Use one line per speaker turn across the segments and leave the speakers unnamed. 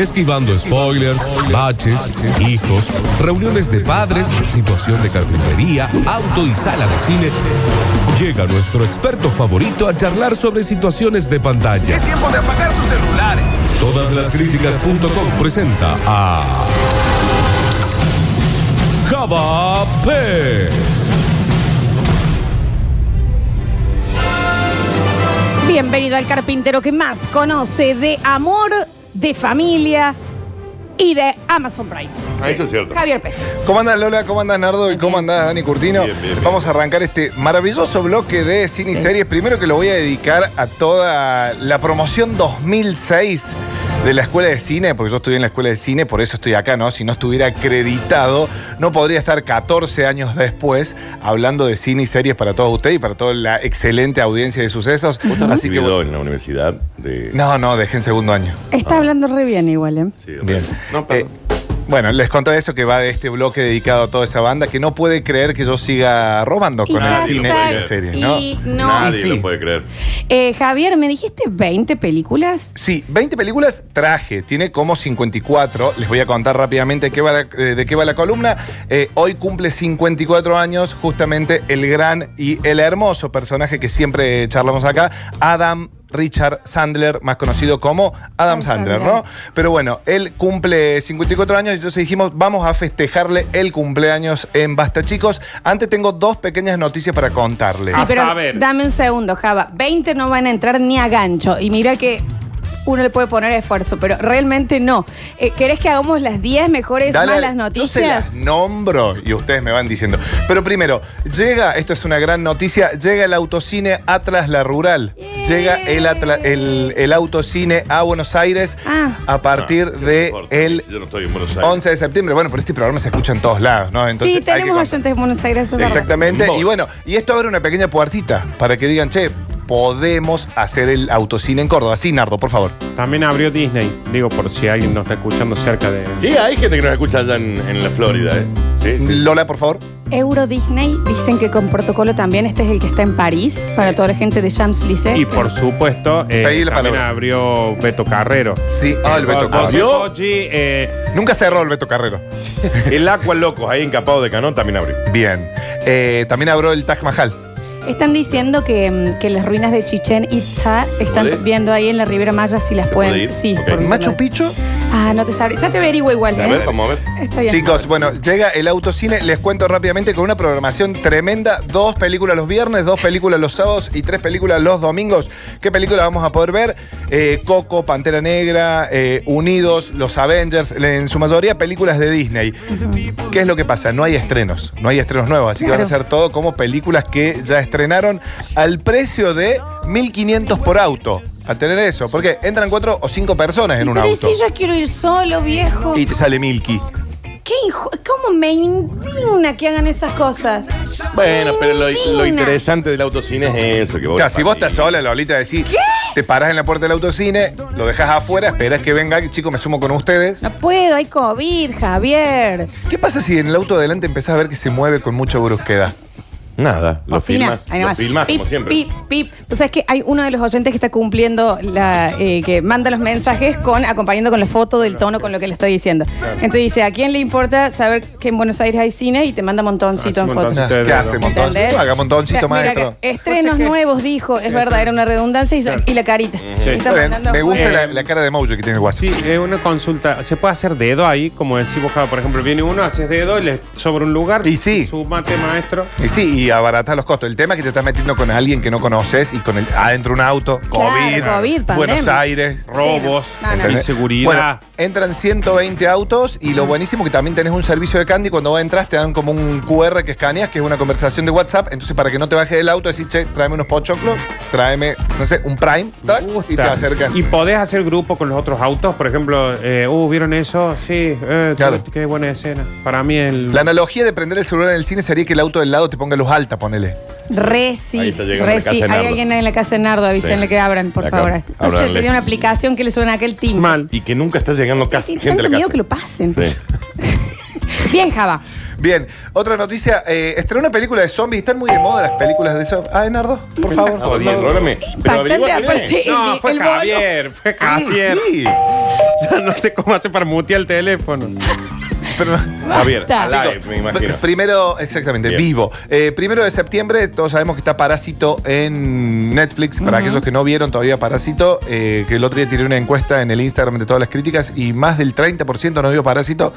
esquivando spoilers, baches, hijos, reuniones de padres, situación de carpintería, auto y sala de cine. Llega nuestro experto favorito a charlar sobre situaciones de pantalla.
Es tiempo de apagar sus celulares.
Todas las críticas.com presenta a Java Pez.
Bienvenido al carpintero que más conoce de amor, de familia y de Amazon Prime.
Ah, eso es cierto.
Javier Pérez.
¿Cómo andas Lola? ¿Cómo andas Nardo? ¿Y cómo andás Dani Curtino?
Bien, bien, bien.
Vamos a arrancar este maravilloso bloque de cine y
Sí.
series. Primero que lo voy a dedicar a toda la promoción 2006 de la Escuela de Cine, porque yo estudié en la Escuela de Cine, por eso estoy acá, ¿no? Si no estuviera acreditado, no podría estar 14 años después hablando de cine y series para todos ustedes y para toda la excelente audiencia de sucesos. Así que...
en la universidad de.
No, no, dejé en segundo año.
Está hablando re bien igual, ¿eh?
Sí,
Bien.
No, perdón.
Eh, bueno, les conto eso que va de este bloque dedicado a toda esa banda que no puede creer que yo siga robando con el
Nadie
cine
lo
y
puede
la
creer.
serie,
Y
¿no?
no.
Nadie
Y sí.
lo puede creer.
Eh, Javier, ¿me dijiste 20 películas?
Sí, 20 películas traje, tiene como 54. Les voy a contar rápidamente de qué va la, eh, de qué va la columna. Eh, hoy cumple 54 años justamente el gran y el hermoso personaje que siempre eh, charlamos acá, Adam Richard Sandler, más conocido como Adam
Adam
Sandler,
Sandler.
¿no? Pero bueno, él cumple 54 años, entonces dijimos, vamos a festejarle el cumpleaños en Basta Chicos. Antes tengo dos pequeñas noticias para contarles.
Sí,
A
pero
saber.
dame un segundo, Java. 20 no van a entrar ni a gancho. Y mira que uno le puede poner esfuerzo, pero realmente no. Eh, ¿Querés que hagamos las 10 mejores
Dale,
malas
Yo se
noticias?
las nombro y ustedes me van diciendo. Pero primero, llega, esto es una gran noticia, llega el autocine Atlas La Rural. Llega el, atla- el, el autocine a Buenos Aires
Ah.
a partir
No, no
de
importa,
el
Yo no estoy en Buenos Aires.
11 de septiembre. Bueno, pero este programa se escucha en todos lados, ¿no? Entonces,
sí,
hay que
tenemos
contar.
oyentes de Buenos Aires. es verdad.
Exactamente.
Vos.
Y bueno, y esto abre una pequeña puertita para que digan, che, podemos hacer el autocine en Córdoba. Sí, Nardo, por favor.
También abrió Disney, digo por si alguien nos está escuchando cerca de...
Sí, hay gente que nos escucha allá en, en la Florida, ¿eh? Sí, sí.
Lola, por favor.
Euro Disney dicen que con protocolo también este es el que está en París para toda la gente de Champs-Élysées.
Y por supuesto, eh,
Pedí la
también
palabra.
abrió Beto Carrero.
Sí, ah, el Beto
Vos- vos
Carrero.
sos Hochi, eh,
Nunca cerró el Beto Carrero.
El Aqua Locos, ahí en Capado de Canón, también abrió.
Bien. Eh, también abrió el Taj Mahal.
Están diciendo que, mm, que las ruinas de Chichen Itza están
puede?
viendo ahí en la Ribera Maya si las
¿Se
pueden.
puede ir?
Sí,
Ok.
por-
Machu Picchu.
Ah, no te sabré. Ya te averiguo igual.
A
¿eh?
ver, vamos a ver.
Está bien.
Chicos, bueno, llega el autocine, les cuento rápidamente con una programación tremenda, dos películas los viernes, dos películas los sábados y tres películas los domingos. ¿Qué películas vamos a poder ver? Eh, Coco, Pantera Negra, eh, Unidos, Los Avengers, en su mayoría películas de Disney. ¿Qué es lo que pasa? No hay estrenos, no hay estrenos nuevos, así que van a
Claro.
ser todo como películas que ya estrenaron al precio de 1.500 por auto. A tener eso, porque entran cuatro o cinco personas en un
Pero ¿y
auto
si yo quiero ir solo, viejo.
y te sale Milky.
¿Qué inju- ¿Cómo me indigna que hagan esas cosas?
Bueno, pero lo, lo
Indigna.
interesante del autocine es eso. Que vos
Claro, si vos estás sola, Lolita, decís, te parás en la puerta del autocine, lo dejas afuera, esperas que venga, chico, me sumo con ustedes.
No puedo, hay COVID, Javier.
¿Qué pasa si en el auto adelante empezás a ver que se mueve con mucha brusquedad?
Nada. Lo
Cocina,
filmas,
ahí
lo
nomás.
filmas como
Pip,
siempre.
Pip, pip. O sea, es que hay uno de los oyentes que está cumpliendo, la, eh, que manda los mensajes con acompañando con la foto del tono con lo que le está diciendo. Entonces dice, ¿a quién le importa saber que en Buenos Aires hay cine? Y te manda montoncito
Ah,
en
sí,
fotos.
montoncito.
¿Qué
dedo.
hace,
¿Entendés?
montoncito? Haga montoncito,
Mira,
maestro.
Pues
que estrenos nuevos, dijo. Es verdad, era una redundancia y, y la carita.
Sí.
Está
Está bien,
mandando
Me gusta
fuera.
la, la cara de Mojo que tiene el WhatsApp.
sí, es una consulta. ¿Se puede hacer dedo ahí? Como decimos, Java, por ejemplo, viene uno, haces dedo, le sobra un lugar.
Y sí.
Súmate, maestro.
Y sí, y abaratás los costos. El tema es que te estás metiendo con alguien que no conoces y con el adentro un auto, COVID,
COVID, pandemia.
Buenos Aires.
Robos,
no, no, no.
¿Entendés?
inseguridad.
Bueno, entran 120 autos y lo buenísimo que también tenés un servicio de candy. Cuando vos entras te dan como un QR que escaneas, que es una conversación de WhatsApp. Entonces, para que no te bajes del auto, decís, che, tráeme unos pochoclos, tráeme, no sé, un Prime, tac,
Me
y te
gusta.
acercan.
Y podés hacer grupo con los otros autos, por ejemplo, eh, uh, ¿vieron eso? Sí, eh,
Claro.
qué, qué buena escena. Para mí el...
La analogía de prender el celular en el cine sería que el auto del lado te ponga luz alta, ponele.
Re sí,
Ahí está llegando
re
la casa
sí.
de
Hay
Nardo.
alguien en la casa de Nardo, avísenle
Sí.
que abran, por
Acá,
favor. No sé,
ábranle.
tiene una aplicación que le suena a aquel timbre.
Mal.
Y que nunca está llegando casi
Tiene
gente a
tanto
la
miedo
casa.
que lo pasen.
Sí.
Bien, Java.
Bien, otra noticia. Eh, estrenó una película de zombies. Están muy de moda las películas de zombies. Ah, Nardo, por favor.
Jodiendo, Rólame. Pero
Impactante
averigua quién es.
aparte.
No,
El-
fue
el
Javier, fue
Sí,
Javier.
sí.
sea, no sé cómo hace para mutear el teléfono.
Mm.
Pero no-
Javier,
Basta.
live, me imagino.
Pr- Primero, exactamente,
Bien.
vivo. Eh, primero de septiembre, todos sabemos que está Parásito en Netflix. Para aquellos que no vieron todavía Parásito, eh, que el otro día tiré una encuesta en el Instagram de todas las críticas y más del 30% no vio Parásito.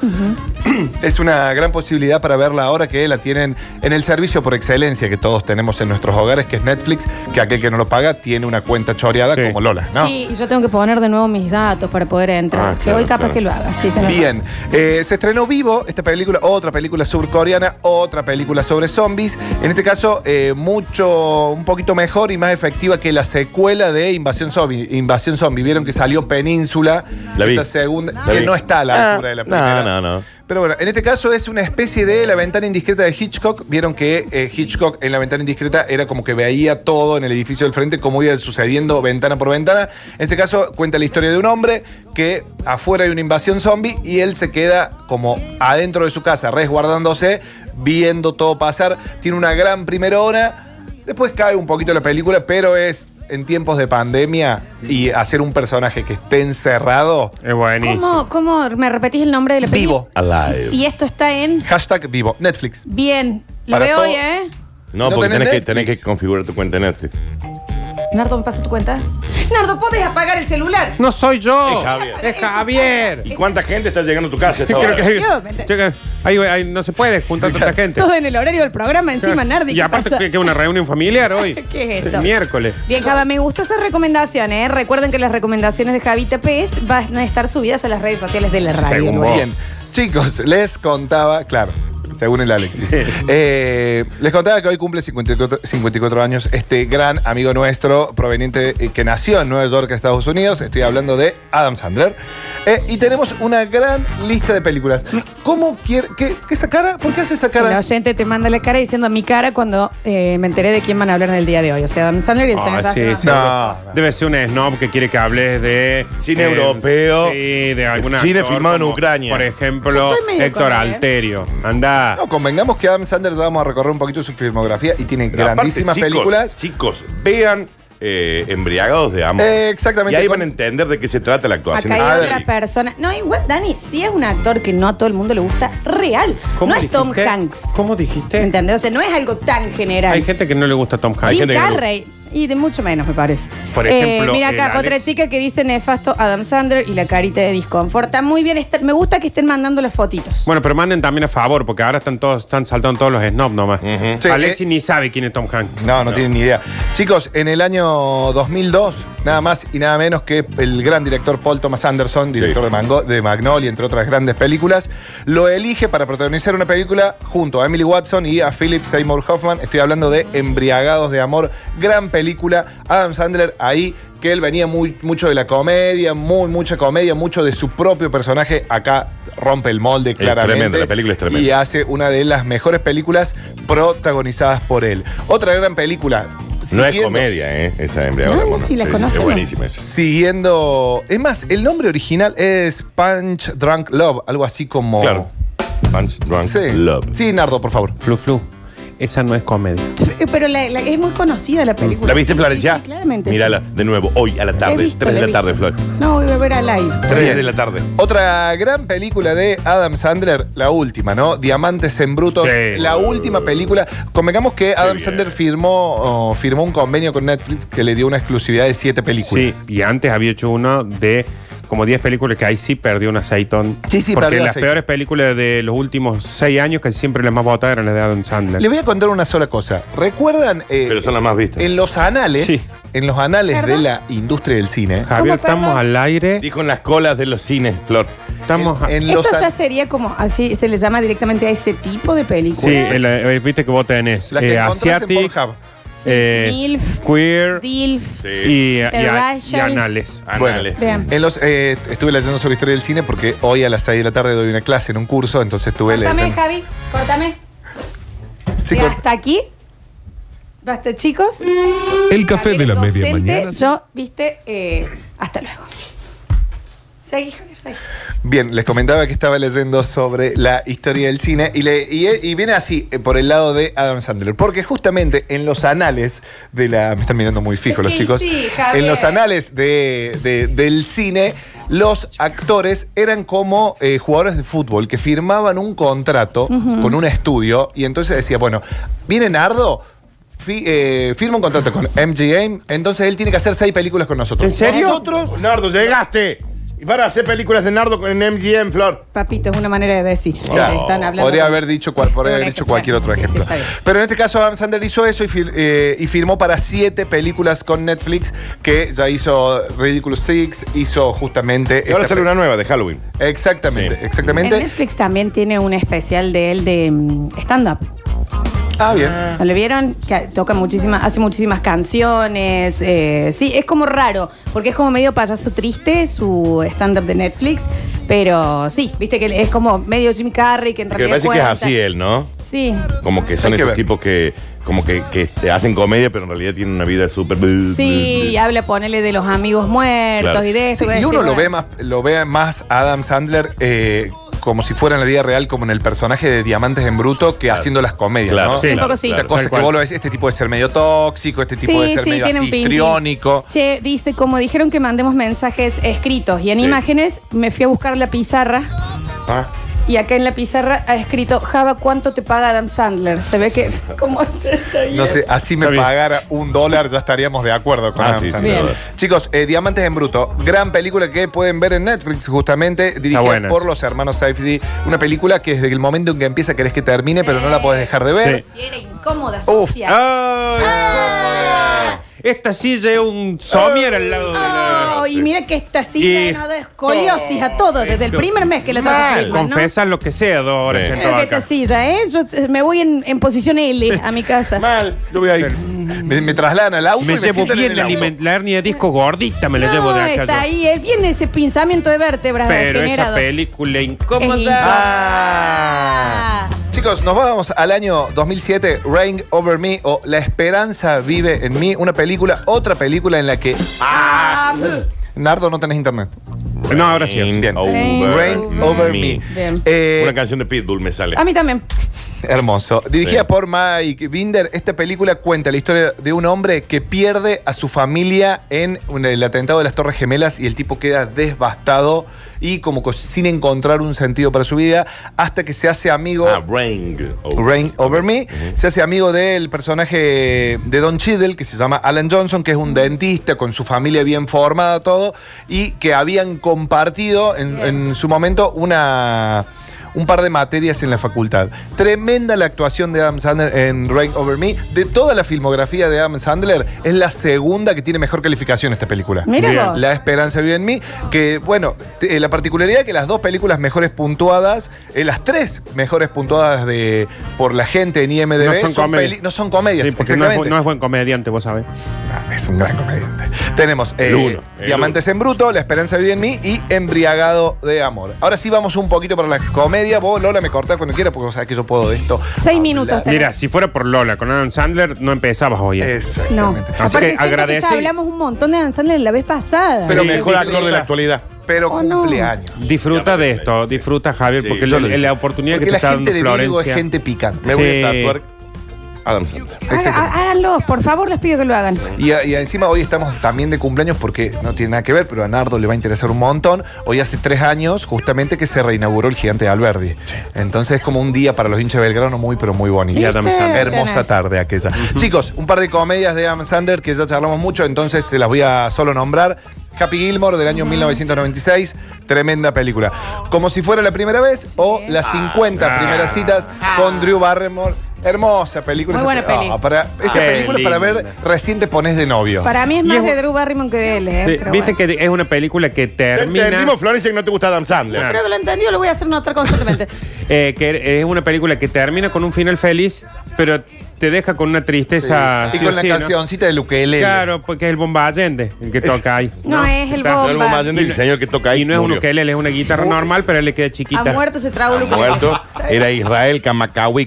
Es una gran posibilidad para verla ahora que la tienen en el servicio por excelencia que todos tenemos en nuestros hogares, que es Netflix, que aquel que no lo paga tiene una cuenta choreada
Sí.
como Lola, ¿no?
Sí, y yo tengo que poner de nuevo mis datos para poder entrar.
Ah,
Que
claro,
hoy capaz
claro.
que lo haga. Sí, tenés
Bien,
razón.
eh, se estrenó vivo esta película, otra película surcoreana, otra película sobre zombies. En este caso, eh, mucho, un poquito mejor y más efectiva que la secuela de Invasión Zombie. Invasión Zombie. Vieron que salió Península,
La vi.
esta segunda,
La
que
vi.
no está a la
Ah,
altura de la primera.
No, no, no.
Pero bueno, en este caso es una especie de la ventana indiscreta de Hitchcock. Vieron que eh, Hitchcock en la ventana indiscreta era como que veía todo en el edificio del frente, cómo iba sucediendo ventana por ventana. En este caso cuenta la historia de un hombre que afuera hay una invasión zombie y él se queda como adentro de su casa, resguardándose, viendo todo pasar. Tiene una gran primera hora. Después cae un poquito la película, pero es en tiempos de pandemia y hacer un personaje que esté encerrado.
Es buenísimo.
¿Cómo, ¿Cómo me repetís el nombre de la película?
Vivo.
Alive.
Y esto está en
Hashtag vivo. Netflix.
bien. Lo
Para
veo
todo-
hoy, ¿eh?
No,
¿No tenés
porque tenés que,
Netflix?
tenés que configurar tu cuenta de Netflix.
Nardo, ¿me pasa tu cuenta? Nardo, ¿puedes apagar el celular?
No soy yo.
Es Javier.
Es Javier.
¿Y cuánta gente está llegando a tu casa? a esta
Creo
hora?
que-
Yo, vente.
creo que- ahí, ahí no se puede juntar tanta gente.
Todo en el horario del programa, encima, Nardi.
Y
¿qué
aparte
pasa?
que, que una reunión familiar hoy.
¿Qué es esto?
Miércoles.
Bien, Java, me gustó esa recomendación, ¿eh? Recuerden que las recomendaciones de Javita Pérez van a estar subidas a las redes sociales de la radio.
Según
¿no?
vos.
Bien, chicos, les contaba, claro, según el Alexis, Eh, les contaba que hoy cumple 54, 54 años este gran amigo nuestro proveniente eh, que nació en Nueva York, Estados Unidos. Estoy hablando de Adam Sandler. Eh, y tenemos una gran lista de películas. ¿Cómo quiere? ¿Qué, qué esa cara? ¿Por qué hace esa
El
cara?
oyente te manda la cara diciendo mi cara cuando eh, me enteré de quién van a hablar en el día de hoy. O sea, Dan Sandler y el
Ah,
señor
sí,
Rafa.
sí.
No, no.
Debe ser un snob que quiere que hables de.
Cine
eh,
europeo,
Sí, de alguna.
cine filmado en Ucrania.
Por
Yo
ejemplo,
estoy medio
Héctor
con él, ¿eh?
Alterio. Anda.
No, convengamos que Adam Sandler ya vamos a recorrer un poquito su filmografía y tiene
Pero aparte,
grandísimas
chicos,
películas.
Chicos, vean eh, Embriagados de Amor.
Eh, exactamente.
Y ahí
Con-
van a entender de qué se trata la actuación.
Acá hay
Ah,
otra persona. No, igual, Dani, sí es un actor que no a todo el mundo le gusta real. No es Tom Hanks.
¿Cómo dijiste?
¿Entendés? O sea, no es algo tan general.
Hay gente que no le gusta Tom Hanks. Hay
Jim
gente que no le
Carrey. Y de mucho menos, me parece.
Por
Eh,
ejemplo,
mira
el
acá,
Alex-
otra chica que dice nefasto Adam Sandler y la carita de disconforta. Muy bien, está- me gusta que estén mandando las fotitos.
Bueno, pero manden también a favor, porque ahora están todos, están saltando todos los snobs nomás.
Sí,
Alexi
eh.
ni sabe quién es Tom Hanks.
No, no, tienen ni idea. Chicos, en el año 2002, nada más y nada menos que el gran director Paul Thomas Anderson, director
Sí.
de, Mango- de Magnolia, entre otras grandes películas, lo elige para protagonizar una película junto a Emily Watson y a Philip Seymour Hoffman. Estoy hablando de Embriagados de Amor, gran película. Adam Sandler ahí, que él venía muy, mucho de la comedia, muy, mucha comedia, mucho de su propio personaje. Acá rompe el molde, claramente.
tremenda, la película es tremenda.
Y hace una de las mejores películas protagonizadas por él. Otra gran película.
No es
siguiendo-
comedia, ¿eh? Esa Embriagados
No,
de Amor.
sí, la
Es
conocemos.
buenísima esa.
Siguiendo. Es más, el nombre original es Punch Drunk Love, algo así como.
Claro. Punch Drunk
Sí.
Love.
Sí, Nardo, por favor.
Flu Flu. Esa no es comedia.
Eh, Pero la- la- es muy conocida la película.
¿La viste,
Sí,
Florencia?
Sí, claramente. sí.
Mírala de nuevo, hoy a
La
la
he
tarde.
visto,
3 de
la he
la tarde,
visto.
Flor.
No, voy a ver a live.
3 de la tarde.
Otra gran película de Adam Sandler, la última, ¿no? Diamantes en Bruto,
Sí.
la última película. Convengamos que Adam
bien.
Sandler firmó, oh, firmó un convenio con Netflix que le dio una exclusividad de siete películas.
Sí, y antes había hecho uno de como 10 películas que ahí sí perdió un aceitón.
Sí, sí,
Porque
perdió un
las
aceitón.
peores películas de los últimos 6 años, casi siempre las más votadas eran las de Adam Sandler.
Le voy a contar una sola cosa. ¿Recuerdan? eh,
Pero son las más vistas.
En los anales,
Este, Sí.
en los anales
¿Perdón?
de la industria del cine,
Javier,
¿Cómo, perdón?
estamos al aire.
Dijo en las colas de los cines, Flor.
Estamos a-
en, en los
Esto ya
an-
sería como así, se le llama directamente a ese tipo de película.
Sí, el, eh, viste que vos tenés
las que
eh,
encontrás en
Asiatic,
Pornhub.
Sí,
eh,
Milf,
Queer
Dilf.
y, y, a- y
Russian.
Anales.
Anales.
Vean.
En los, eh, estuve leyendo sobre historia del cine porque hoy a las 6 de la tarde doy una clase en un curso, entonces estuve
Cortame,
leyendo.
Javi, cortame. Y
Chicos,
hasta aquí. Basta, chicos.
El café de la
Javier,
media
docente,
mañana.
Yo, viste, eh, hasta luego. Seguí, Javier, seguí.
bien, les comentaba que estaba leyendo sobre la historia del cine y, le- y- y viene así, eh, por el lado de Adam Sandler, porque justamente en los anales de la... Me están mirando muy fijo
Es
los
que
chicos.
sí, Javier.
en los anales de- de- del cine los actores eran como eh, jugadores de fútbol que firmaban un contrato con un estudio y entonces decía, bueno, viene Nardo, fi- eh, firma un contrato con MGM, entonces él tiene que hacer seis películas con nosotros.
¿En serio?
Nosotros
Nardo, llegaste. Y van a hacer películas de Nardo en MGM, Flor.
Papito, es una manera de decir.
Claro,
Están hablando
podría
con-
haber dicho, cual- podría haber
Un ejemplo,
dicho cualquier otro
sí, sí,
ejemplo.
está bien.
Pero en este caso, Adam Sandler hizo eso y, fil- eh, y firmó para siete películas con Netflix, que ya hizo Ridiculous Six, hizo justamente.
Y ahora
esta
sale
pe-
una nueva de Halloween.
Exactamente,
Sí.
En
exactamente.
Netflix también tiene un especial de él de mm, stand-up.
Ah, bien.
¿No ¿Lo vieron? Que toca muchísimas, hace muchísimas canciones. eh, sí, es como raro, porque es como medio payaso triste su stand-up de Netflix. Pero sí, viste que es como medio Jim Carrey, que en
Porque me
realidad
parece que es
cuenta.
así él, ¿no?
Sí.
Como que son
Hay que
esos
ver.
tipos que como que, que te hacen comedia, pero en realidad tienen una vida súper...
Sí, y habla, ponele de los amigos muertos
Claro.
y de eso.
Sí, y
que decís,
uno lo
bueno.
ve más, lo ve más a Adam Sandler eh, como si fuera en la vida real, como en el personaje de Diamantes en Bruto, que haciendo las comedias,
Claro,
¿no?
sí,
Un poco sí.
O sea,
claro.
cosas
Tal
que
cual.
vos lo ves, este tipo de ser medio tóxico, este tipo de ser medio así,
pinky.
histriónico.
Che, dice, como dijeron que mandemos mensajes escritos y en
Sí.
imágenes, me fui a buscar la pizarra. Y acá en la pizarra ha escrito, Java, ¿cuánto te paga Adam Sandler? Se ve que... como
No sé, así me
Está bien.
pagara un dólar, ya estaríamos de acuerdo con
Ah,
Adam
sí, sí,
Sandler.
la verdad.
Chicos, eh, Diamantes en Bruto, gran película que pueden ver en Netflix, justamente dirigida
buena
por
esa.
los hermanos Safdie. Una película que desde el momento en que empieza querés que termine, pero no la podés dejar de ver.
Era incómoda,
Uf. Ah.
sucia.
¡Ay, cómoda! Ah, Esta silla es un somier al lado de la.
Oh, y mira que esta silla
Y-
nos da escoliosis a todo, desde el primer mes que Oh, la
Mal.
trajo Friedman, ¿no?
Confesan lo que sea dos horas
Sí.
sentado
Mira que esta
acá.
silla, ¿eh? Yo eh, me voy en, en posición L a mi casa.
Mal. Yo voy ahí.
Me, me trasladan al auto
Me
y me
llevo
sientan en
bien
el
la,
auto.
aliment- la hernia de disco gordita, me la
No,
llevo de acá.
está
yo.
ahí, eh, viene ese pinzamiento de vértebras
Pero esa
degenerado.
película incómoda.
Es incómoda. Ah.
Chicos, nos vamos al año 2007, Rain Over Me o La Esperanza Vive en Mí, una película, otra película en la que... Nardo, no tenés internet.
No, ahora sí.
Bien.
Over
Rain Over Me.
Bien.
Eh,
Una canción de Pitbull me sale.
A mí también.
Hermoso. Dirigida
Sí.
por Mike Binder, esta película cuenta la historia de un hombre que pierde a su familia en un- el atentado de las Torres Gemelas y el tipo queda devastado y como co- sin encontrar un sentido para su vida hasta que se hace amigo.
Ah, Rain Over,
Rain Over Me,
Ujú.
se hace amigo del personaje de Don Cheadle, que se llama Alan Johnson, que es un dentista con su familia bien formada, todo, y que habían compartido en, en su momento una, un par de materias en la facultad. Tremenda la actuación de Adam Sandler en Rain Over Me. De toda la filmografía de Adam Sandler, es la segunda que tiene mejor calificación esta película.
Mira
Bien.
vos.
La esperanza vive en mí. Que bueno, te- eh, la particularidad es que las dos películas mejores puntuadas, eh, las tres mejores puntuadas de por la gente en IMDb,
No son comedias.
peli- no son comedias.
Sí, porque no es,
exactamente.
bu- no es buen comediante, vos sabés.
Ah, es un gran comediante. Tenemos eh,
El uno, el
Diamantes en Bruto, La Esperanza vive en mí y Embriagado de Amor. Ahora sí vamos un poquito para la comedia. Vos, Lola, me cortás cuando quieras porque vos sabés que yo puedo de esto.
Seis minutos.
Mira, si fuera por Lola con Adam Sandler, no empezabas hoy. ¿eh?
No.
Exactamente.
Aparte,
Así que
siento que
agradece
ya
y-
hablamos un montón de Dan Sandler la vez pasada.
Pero
Sí,
mejor actor de la actualidad.
actualidad.
Pero
Oh, no.
cumpleaños.
Disfruta de esto, disfruta, Javier,
Sí,
porque
yo
la-
lo
la,
disfruto.
oportunidad
Porque
que te
la
está
gente
dando
de Virgo
Florencia.
es gente picante.
Me voy
Sí.
a tatuar Adam Sandler.
Haga-
exactamente.
há- Háganlo, por favor, les pido que lo hagan.
Y, y encima hoy estamos también de cumpleaños porque no tiene nada que ver, pero a Nardo le va a interesar un montón. Hoy hace tres años justamente que se reinauguró el gigante de Alberdi. Entonces es como un día para los hinchas de Belgrano muy, pero muy bonito.
Y Adam Sandler.
Hermosa
Tenés.
tarde aquella. Chicos, un par de comedias de Adam Sandler que ya charlamos mucho, entonces se las voy a solo nombrar. Happy Gilmore del año 1996, tremenda película. Como si fuera la primera vez o las 50
Ah.
primeras citas con Drew Barrymore. Hermosa película.
Ah. Muy
Esa
buena
pe-
peli.
Ah, para- esa
Qué
película es para ver
linda.
recién te pones de novio.
Para mí es más
es-
de Drew Barrymore que de él, ¿eh?
Sí,
Pero
Viste
bueno.
que es una película que termina.
Entendimos, Florencia, que no te gusta Adam Sandler.
Claro.
Creo que lo entendió, lo voy a hacer notar constantemente.
eh, que es una película que termina con un final feliz, pero te deja con una tristeza.
y
sí
con
o
la
sí, ¿no?
cancioncita de Luke
Claro, porque es el bomba Allende el que toca ahí.
No, es el
Está-
Bomba.
Algo más grande, el señor que toca ahí
Y no es un
murió.
ukelele, es una guitarra normal, pero le queda chiquita.
Ha muerto se trago
Ha
Luca.
muerto. Era Israel Kamakawi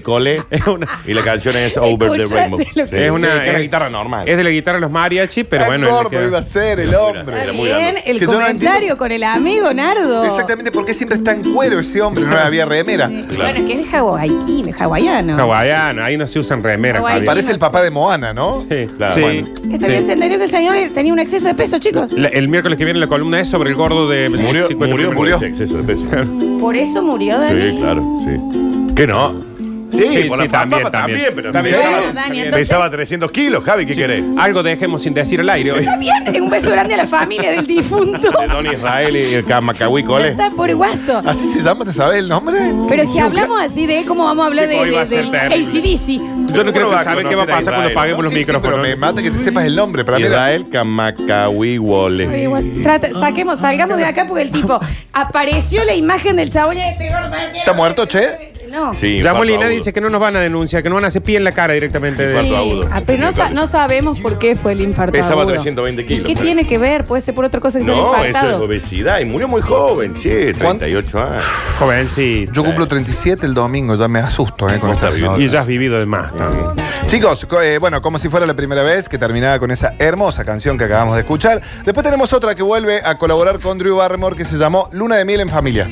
Cole.
Es una-
Y la canción es Over the
Escuchate
Rainbow.
lo que-
Sí.
Es
Sí,
una,
que
es-
era guitarra normal.
Es de la guitarra de los mariachi, pero bueno. le
gordo
queda-
iba a ser el hombre.
Está
Era muy
bien,
grande.
el
Que yo no
comentario
entiendo.
con el amigo Nardo.
Exactamente, porque siempre está en cuero ese hombre, no había remera.
Sí. Bueno, es que es hawaiano, hawaiano.
Hawaiano, ahí no se usan remera,
Hawái.
Javier.
Parece el papá de Moana, ¿no?
Sí,
Claro,
sí.
bueno.
Estaría
Sí.
entendido que el señor tenía un exceso de peso, chicos.
La- el miércoles que viene la columna es sobre el gordo de.
Murió,
50
murió,
primer-
por ese exceso de peso.
Por eso murió Dani.
Sí, claro, sí. ¿Qué no?
Sí,
Sí,
por
sí,
la fama
también,
también,
también.
pero
También.
pesaba-
Bueno, Dani, entonces.
pesaba 300 kilos, Javi, ¿qué querés?
Algo dejemos sin decir al aire hoy.
Bien, un beso grande a la familia del difunto.
De Don Israel y el Camacahuí
Ya
Cole.
Está por guaso.
Ah,
¿Así se llama? ¿Te sabes el nombre?
Pero si hablamos así de cómo vamos a hablar de,
Chico, hoy va a
de,
ser
del
terrible.
ACDC.
Yo no creo
¿Cómo va
que
a
sabe qué va a
conocer a
pasar cuando
Israel?
paguemos los
Sí, sí, pero me
micrófonos.
mata que te sepas el nombre. Para mí era-
Israel Kamakawi
Pero
Wole.
igual, Eh, trata- saquemos, salgamos de acá porque el tipo apareció la imagen del chabón y este gordo,
¿Está muerto, che?
No.
Sí,
Ya
infarto
Molina
agudo.
dice que no nos van a denunciar, que no van a hacer pie en la cara directamente. de-
Sí.
Infarto agudo.
Ah, pero no, sa- no sabemos por qué fue el infarto.
Pesaba
agudo.
320
¿Y
kilos.
¿Qué
eh.
tiene que ver? Puede ser por otra cosa que se haya
No, eso es
infartado.
obesidad. Y murió muy joven, che,
¿Cuán-
38 años.
Joven, sí.
Yo cumplo 37 el domingo, ya me asusto eh, con
No,
esta
está bien.
nota.
Y ya has vivido de más. también.
Chicos, co- eh, bueno, como si fuera la primera vez que terminaba con esa hermosa canción que acabamos de escuchar. Después tenemos otra que vuelve a colaborar con Drew Barrymore que se llamó Luna de Miel en Familia.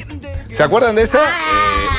¿Se acuerdan de esa?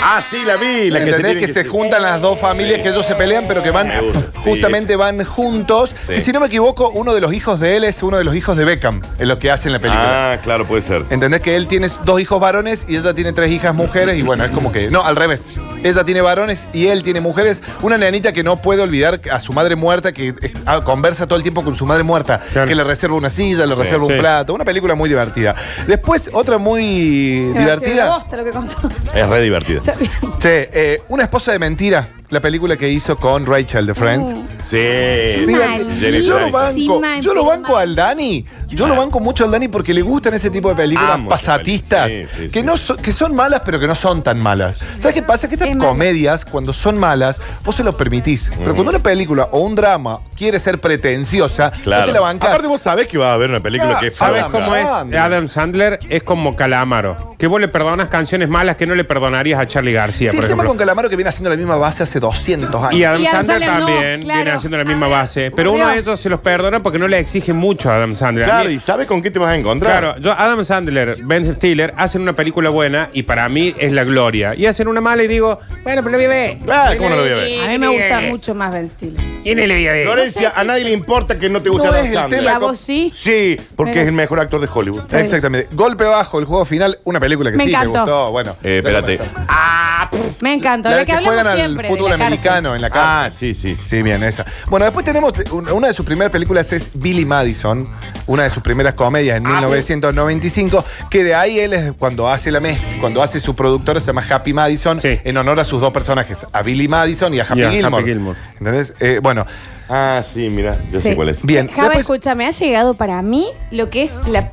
Ah, sí, la vi, la que se,
¿Entendés
tiene
que, se juntan las dos familias que ellos se pelean, pero que van
Me gusta, sí,
justamente
esa.
van juntos?
Sí.
Y si no me equivoco, uno de los hijos de él es uno de los hijos de Beckham, en lo que hace en la película.
Ah, claro, puede ser.
¿Entendés que él tiene dos hijos varones y ella tiene tres hijas mujeres? Y bueno, es como que. No, al revés. Ella tiene varones y él tiene mujeres. Una nenita que no puede olvidar a su madre muerta, que eh, ah, conversa todo el tiempo con su madre muerta,
Claro.
que le reserva una silla, le reserva un
sí.
plato. Una película muy divertida. Después, otra muy
Me
divertida.
gusta lo que contó.
Es re divertido.
Está bien.
Che, eh, Una esposa de mentira. La película que hizo con Rachel de Friends.
Sí.
Digan,
Jennifer
yo lo
Aniston. Ah.
banco, yo lo banco al Dani. Yo lo banco mucho al Dani porque le gustan ese tipo de películas
Amo esa
pasatistas
peli- sí, sí,
que
sí.
no so- que son malas pero que no son tan malas. ¿Sabes qué pasa? Que estas
Es mala.
comedias cuando son malas vos se lo permitís, pero cuando
Mm.
una película o un drama quiere ser pretenciosa, no
Claro.
te la bancás.
Aparte vos sabés que va a haber una película
Ah,
que es
¿sabes
¿Sabes
Adam
cómo
Sandler.
es Adam Sandler? Es como Calamaro. Que vos le perdonas canciones malas que no le perdonarías a Charlie García,
sí,
por
el tema
ejemplo.
con Calamaro que viene haciendo la misma base hace 200 años.
Y Adam,
Y Adam Sandler
Sandler,
no,
también
claro.
viene haciendo la
A
misma
ver,
base. Pero
por
uno de
Dios.
ellos se los perdona porque no le exige mucho a Adam Sandler. A
Claro,
mí-
y ¿sabes con qué te vas a encontrar?
Claro, yo, Adam Sandler, Ben Stiller hacen una película buena y para mí es la gloria. Y hacen una mala y digo, bueno, pero lo voy a ver.
Claro, ¿cómo no lo voy a ver?
A mí me gusta mucho más Ben Stiller.
¿Quién le voy a ver?
Florencia, a nadie le importa que no te guste
No
Adam
es el
Sandler.
tema.
¿A vos sí?
Sí, porque
Mira.
es el mejor actor de Hollywood.
Exactamente. Golpe bajo, el juego final, una película que
Me
sí te
encantó.
gustó. Bueno,
Eh,
ya lo
espérate.
pensamos.
Me encanta.
La
La
de
que
que
hablamos
juegan al
siempre. de
fútbol
la cárcel.
americano en la casa.
Ah, sí, sí. sí.
Sí, bien, esa. Bueno, después tenemos un- una de sus primeras películas es Billy Madison, una de sus primeras comedias en
Ah,
1995, que de ahí él es cuando hace la mez, cuando hace su productora se llama Happy Madison
Sí.
en honor a sus dos personajes, a Billy Madison y a Happy
Y a Happy
Gilmore.
Gilmore.
Entonces, eh, bueno,
Ah, sí, mira, yo
Sí.
sé cuál es.
bien.
Java,
Después-
escúchame, ha llegado para mí lo que es la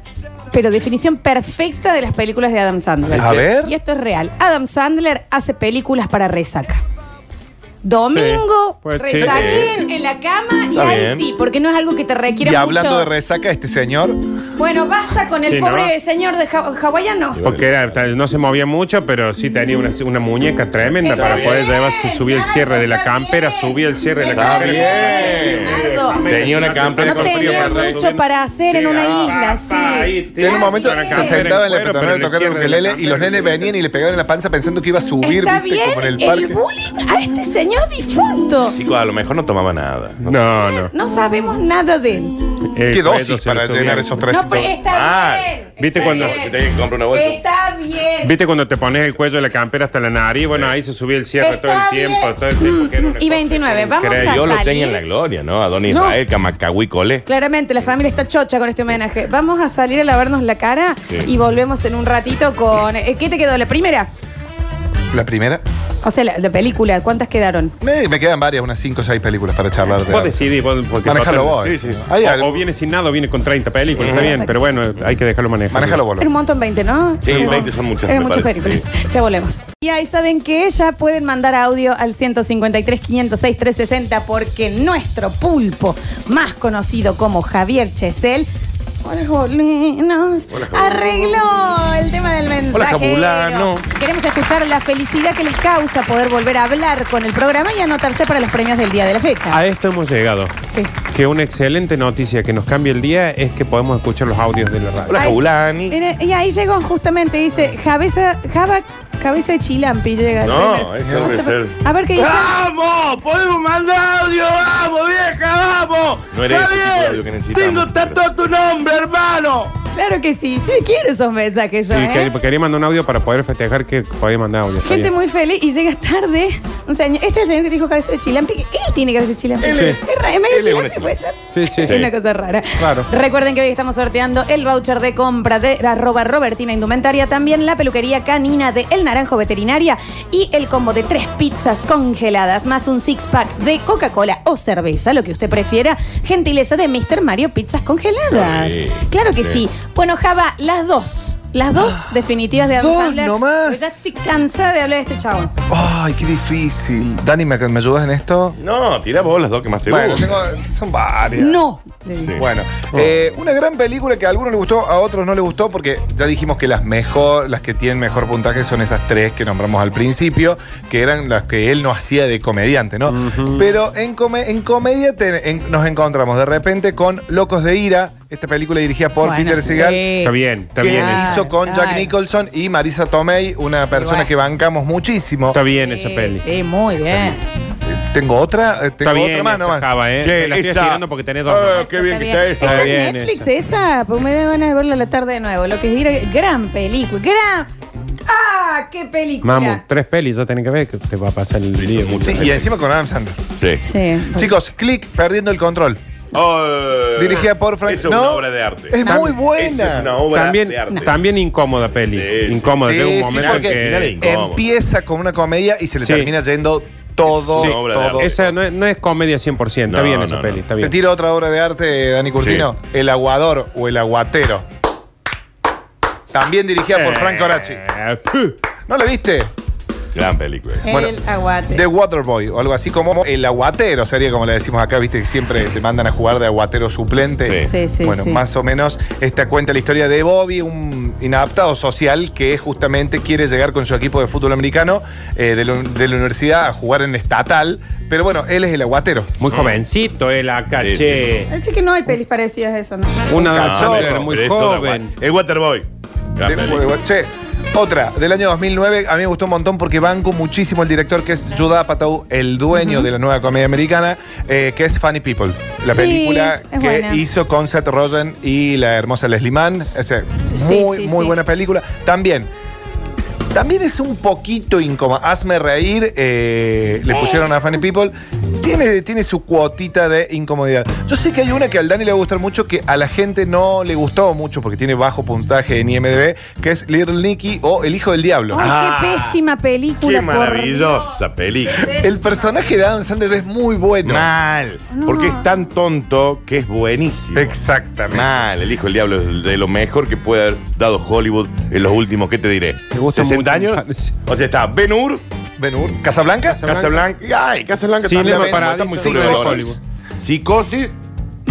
pero definición perfecta de las películas de Adam Sandler.
A ver.
Y esto es real. Adam Sandler hace películas para resaca. Domingo,
Sí, pues sí.
resaquín en la cama y
Está
ahí
bien.
sí, porque no es algo que te requiera
y
mucho.
hablando de resaca, este señor,
Bueno, basta con el
Sí, ¿no?
pobre señor de ha- hawaiano.
Porque era- no se movía mucho, pero sí tenía una, una muñeca tremenda
Está
para
bien,
poder llevarse, subir el cierre de la
está
campera,
bien.
subir el cierre de la
Está
campera.
bien, Ricardo.
Tenía una
No
campera con frío
tenía
para reír.
mucho para hacer en una
Ah,
isla,
pa, ahí,
sí.
tiene
en un momento
una
se
campera
sentaba en la
cuero, pero
peatonera a
el
tocar el
cierre de la
ukelele y
campera
los nenes
es de-
venían y le pegaban en la panza pensando que iba a subir,
Está
viste,
bien
como en el
el,
parque.
bullying a este señor difunto.
Chicos, a lo mejor no tomaba nada. No.
No, no.
No sabemos nada de él.
Eh,
Qué
cuello
dosis
se le
para
subía.
llenar esos tres.
No, pero está
Ah,
bien.
¿viste
está
cuando-
Si
bien.
te que comprar una bolsa.
Está bien.
¿Viste cuando te pones el cuello de la campera hasta la nariz? Bueno, ahí se subía el cierre
Está
todo el
bien.
tiempo. Todo el tiempo que era una
Y
cosa
29, vamos
increíble.
a
Yo lo
salir.
tengo en la gloria, ¿no? A Don
No.
Israel, Camacahui Cole.
Claramente, la familia está chocha con este homenaje. Vamos a salir a lavarnos la cara
Sí.
y volvemos en un ratito con. eh, ¿Qué te quedó? ¿La primera?
La primera.
O sea, la, la película, ¿cuántas quedaron?
Me, me quedan varias, unas 5 o 6 películas para charlar. de-
Vos decidís, vos, porque
Manejalo
no te-
vos. eh.
Sí, sí.
Hay
O,
algo.
o viene sin nada o viene con 30 películas, está bien, pero bueno, hay que dejarlo manejar.
Manejalo vos.
Era un montón 20, ¿no?
Sí,
Era-
20 son muchas,
Eran
me
muchas
parece,
películas. Ya volvemos. Y ahí saben que ya pueden mandar audio al 153 506 360 porque nuestro pulpo, más conocido como Javier Chesel, Hola, Jolinos. Arregló el tema del mensaje.
Jabulano.
Queremos escuchar la felicidad que les causa poder volver a hablar con el programa y anotarse para los premios del día de la fecha.
A esto hemos llegado.
Sí.
Que una excelente noticia que nos cambia el día es que podemos escuchar los audios de la radio.
Hola,
Ahí-
Jabulani.
Mira, Y ahí llegó justamente, dice Javesa, Java Cabeza de chilampi llega el
No,
primer-
esto
No
debe
sé,
ser.
A ver qué dice.
Ah.
¡Vamos! ¡Podemos mandar audio! ¡Vamos, vieja! ¡Vamos!
No era ese tipo de audio que necesitamos.
¡Tengo tanto tu nombre, hermano!
Claro que sí, sí quiero esos mensajes yo,
Y
¿eh?
que- quería mandar un audio para poder festejar que podía mandar audio. está
Gente
bien.
muy feliz y llega tarde. Un señor, este es el señor que dijo cabeza de chilampi. que Él tiene cabeza de chilampi.
Él
es-
es, ra- es medio
él es una
chilampi, puede ser.
Sí, sí,
Es
sí.
una cosa rara.
Claro.
Recuerden que hoy estamos sorteando el voucher de compra de arroba Robertina Indumentaria, también la peluquería canina de El Naranjo Veterinaria y el combo de tres pizzas congeladas más un six-pack de Coca-Cola o cerveza, lo que usted prefiera. Gentileza de Mr. Mario Pizzas Congeladas.
Sí.
Claro que
Sí.
sí. Bueno, Java, las dos. Las dos definitivas de Adam
Dos
Sandler.
nomás.
Pues Ya estoy cansada de hablar de este chabón.
Ay, qué difícil. Dani, ¿me, me ayudas en esto?
No, tira vos las dos que más te
Bueno,
gustan.
tengo, son varias.
No.
Sí.
Bueno, eh, una gran película que a algunos les gustó, a otros no les gustó, porque ya dijimos que las mejor, las que tienen mejor puntaje son esas tres que nombramos al principio, que eran las que él no hacía de comediante, ¿no? Pero en, come- en comedia te- en- nos encontramos de repente con Locos de Ira, esta película dirigida por
Bueno,
Peter
sí.
Segal.
Está bien, está
que
bien.
Ah,
esa-
hizo con Jack
claro.
Nicholson y Marisa Tomei, una persona
bueno.
que bancamos muchísimo.
Está bien esa
Sí,
peli.
Sí, muy bien.
Tengo otra, eh, tengo
Está bien
otra más
esa
nomás.
Java, ¿eh?
Che,
la estoy
esa-
estirando porque tenés dos.
Ah,
nomás.
qué bien que está esa.
Está
Está en
bien
Netflix
esa.
esa. pues me da ganas de verla a la tarde de nuevo. Lo que es ir- gran película, gran. ¡Ah! ¡Qué película!
Mamu, tres pelis ya tenés que ver que te va a pasar el día.
mucho.
Sí, y encima con Adam Sandler.
Sí.
Sí.
Chicos, click perdiendo el control.
Oh,
Dirigida por Frank.
Eso es una obra de arte.
Es muy
Esa
buena.
es una obra
También,
de arte.
también incómoda peli.
Sí, sí.
incómoda.
Sí,
llega un
sí,
momento en
porque
que...
Incómodo.
Empieza con una comedia y se le
Sí.
termina yendo todo.
Sí.
todo.
Obra de arte.
Esa no es, no es comedia 100%. está
No,
bien esa
no,
peli,
no.
está
Te
bien.
tiro otra obra de arte, Dani Curtino. El aguador o el aguatero. También dirigida por Frank Corachi.
Eh, puh.
¿No la viste?
Gran película.
El
Bueno,
aguate.
The Waterboy o algo así como el aguatero sería como le decimos acá, viste que siempre te mandan a jugar de aguatero suplente.
Sí. Sí, sí,
bueno,
sí.
más o menos esta cuenta la historia de Bobby, un inadaptado social que justamente quiere llegar con su equipo de fútbol americano eh, de, la, de la universidad a jugar en estatal, pero bueno, él es el aguatero.
Muy jovencito eh, él acá,
Mm. Sí,
che.
Así que no hay pelis parecidas a eso, ¿no?
Una danza,
Cazador,
era muy
pero esto da igual.
joven.
El Waterboy. Gran
De-
película.
che, otra, del año 2009, a mí me gustó un montón porque banco muchísimo el director que es Judah Apatow, el dueño de la nueva comedia americana, eh, que es Funny People. La
Sí,
película
es
que
buena.
hizo con Seth Rogen y la hermosa Leslie Mann. O sea,
Sí,
muy,
sí,
muy
sí.
buena película. También. También es un poquito incómodo. Hazme reír, eh, le pusieron a Funny People. Tiene, tiene su cuotita de incomodidad. Yo sé que hay una que al Dani le va a gustar mucho, que a la gente no le gustó mucho porque tiene bajo puntaje en IMDb, que es Little Nicky o El Hijo del Diablo.
¡Ay,
Ah,
qué pésima película!
Qué
por
maravillosa película.
El personaje de Adam Sandler es muy bueno.
Mal. Porque es tan tonto que es buenísimo.
Exactamente.
Mal. El hijo del diablo es de lo mejor que puede haber dado Hollywood en los últimos, ¿qué te diré?
Me gusta
60
mucho, me
años.
parece.
O sea, está Ben Hur,
Ben Hur. ¿Casablanca?
Casablanca. Ay, Casablanca
Sí,
también.
Lema
está
Paradiso,
muy
sí,
sobrevalorado.
Hollywood.
Psicosis.
Dios.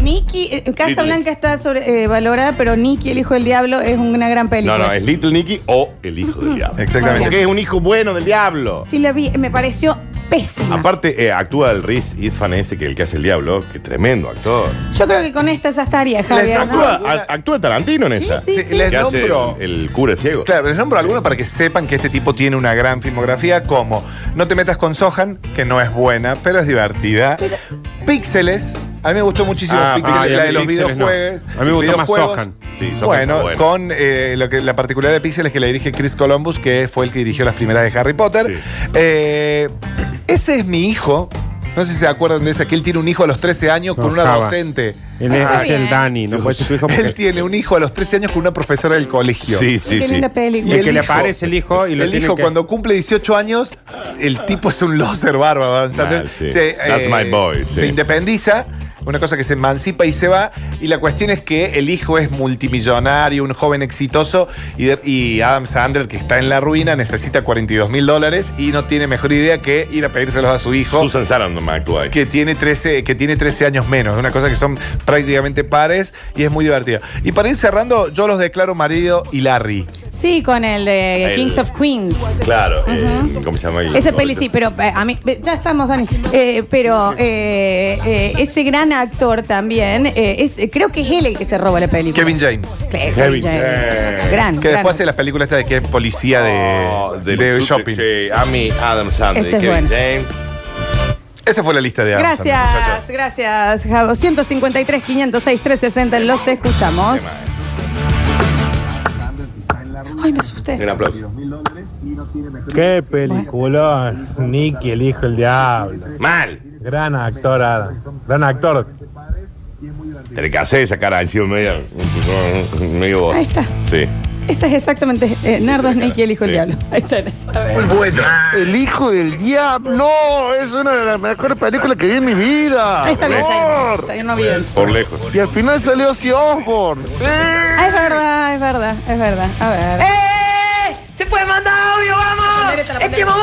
Nicky, eh, Casa
Little.
Blanca está sobre, eh, valorada, pero Nicky, el hijo del diablo, es una gran película.
No, no, es Little Nicky o El hijo del diablo.
Exactamente.
Porque es un hijo bueno del diablo.
Sí, la vi, me pareció pésima.
Aparte, eh, actúa el Riz Isfan ese, que el que hace el diablo, que tremendo actor.
Yo creo que con esta ya estaría, Javier. ¿no?
Actúa,
alguna-
a- actúa Tarantino en
Sí,
esa.
sí, sí.
les
Que hace el,
nombro.
el cura ciego.
Claro, les nombro algunos para que sepan que este tipo tiene una gran filmografía, como No te metas con Sohan, que no es buena, pero es divertida. Píxeles, a mí me gustó muchísimo
Ah,
Píxeles,
ah, y
la
a mí
de los
Píxeles no.
videojuegos.
A mí me gustó más
videojuegos.
Sohan.
Sí, Sohan
bueno,
está bueno.
con eh, lo que, la particularidad de Píxeles que le dirige Chris Columbus, que fue el que dirigió las primeras de Harry Potter.
Sí.
Eh, ese es mi hijo. No sé si se acuerdan de esa, que él tiene un hijo a los 13 años con
No,
una
Java.
docente.
Él es,
Ah,
es el
bien.
Dani, no Pues, puede ser tu hijo porque...
Él tiene un hijo a los 13 años con una profesora del colegio.
Sí,
Qué
sí, sí.
linda película.
Y
El
el
que le
hijo-
aparece el hijo y lo
el
tiene
hijo
que-
cuando cumple 18 años, el tipo es un loser bárbaro. Adam Sandler.
sí. That's my boy,
eh, Se
sí.
independiza, una cosa que se emancipa y se va. Y la cuestión es que el hijo es multimillonario, un joven exitoso. Y, de- y Adam Sandler, que está en la ruina, necesita 42 mil dólares y no tiene mejor idea que ir a pedírselos a su hijo.
Susan Sarandon actúa ahí.
que tiene, 13, que tiene 13 años menos, una cosa que son prácticamente pares y es muy divertida. Y para ir cerrando, yo los declaro marido y Larry.
Sí, con el de
El-
Kings of Queens.
Claro, eh, ¿cómo se llama? El-
Ese peli sí, pero eh, a mí. eh, Ya estamos, Dani. Eh, pero eh, eh, ese gran actor también. eh, es, eh, creo que es él el que se roba la película.
Kevin James.
Claro,
Kevin
ya es.
James.
Gran.
Que
gran.
después hace las películas esta de que es policía
Oh,
de,
del
de
sur-
shopping.
che, Amy Adam Sandler,
Ese es
Kevin
bueno.
James.
Esa fue la lista de Adam Sandler,
Gracias,
muchachos.
gracias, Javo. 153, 506, 360, los escuchamos. Ay, me
Un
asusté.
aplauso.
Qué película, Nicky, el hijo del diablo.
Mal.
Gran actor, Adam. Gran actor.
Te le casé esa cara encima medio. medio vos.
Ahí está.
Sí.
Esa es exactamente eh, Nardo Nicky, el hijo del
Sí.
diablo. Ahí tenés. a ver.
El hijo del diablo Oh, es una de las mejores películas que vi en mi vida.
Ahí está bien,
Señor.
Zayn. Zayn no bien.
Por lejos.
Y al final salió Ozzy Osbourne. ¡Eh!
Ah, es verdad, es verdad, es verdad. A ver.
¡Eh! ¡Se puede mandar audio, vamos!
Ponele, te la ponele.
¡Echemos
Ahí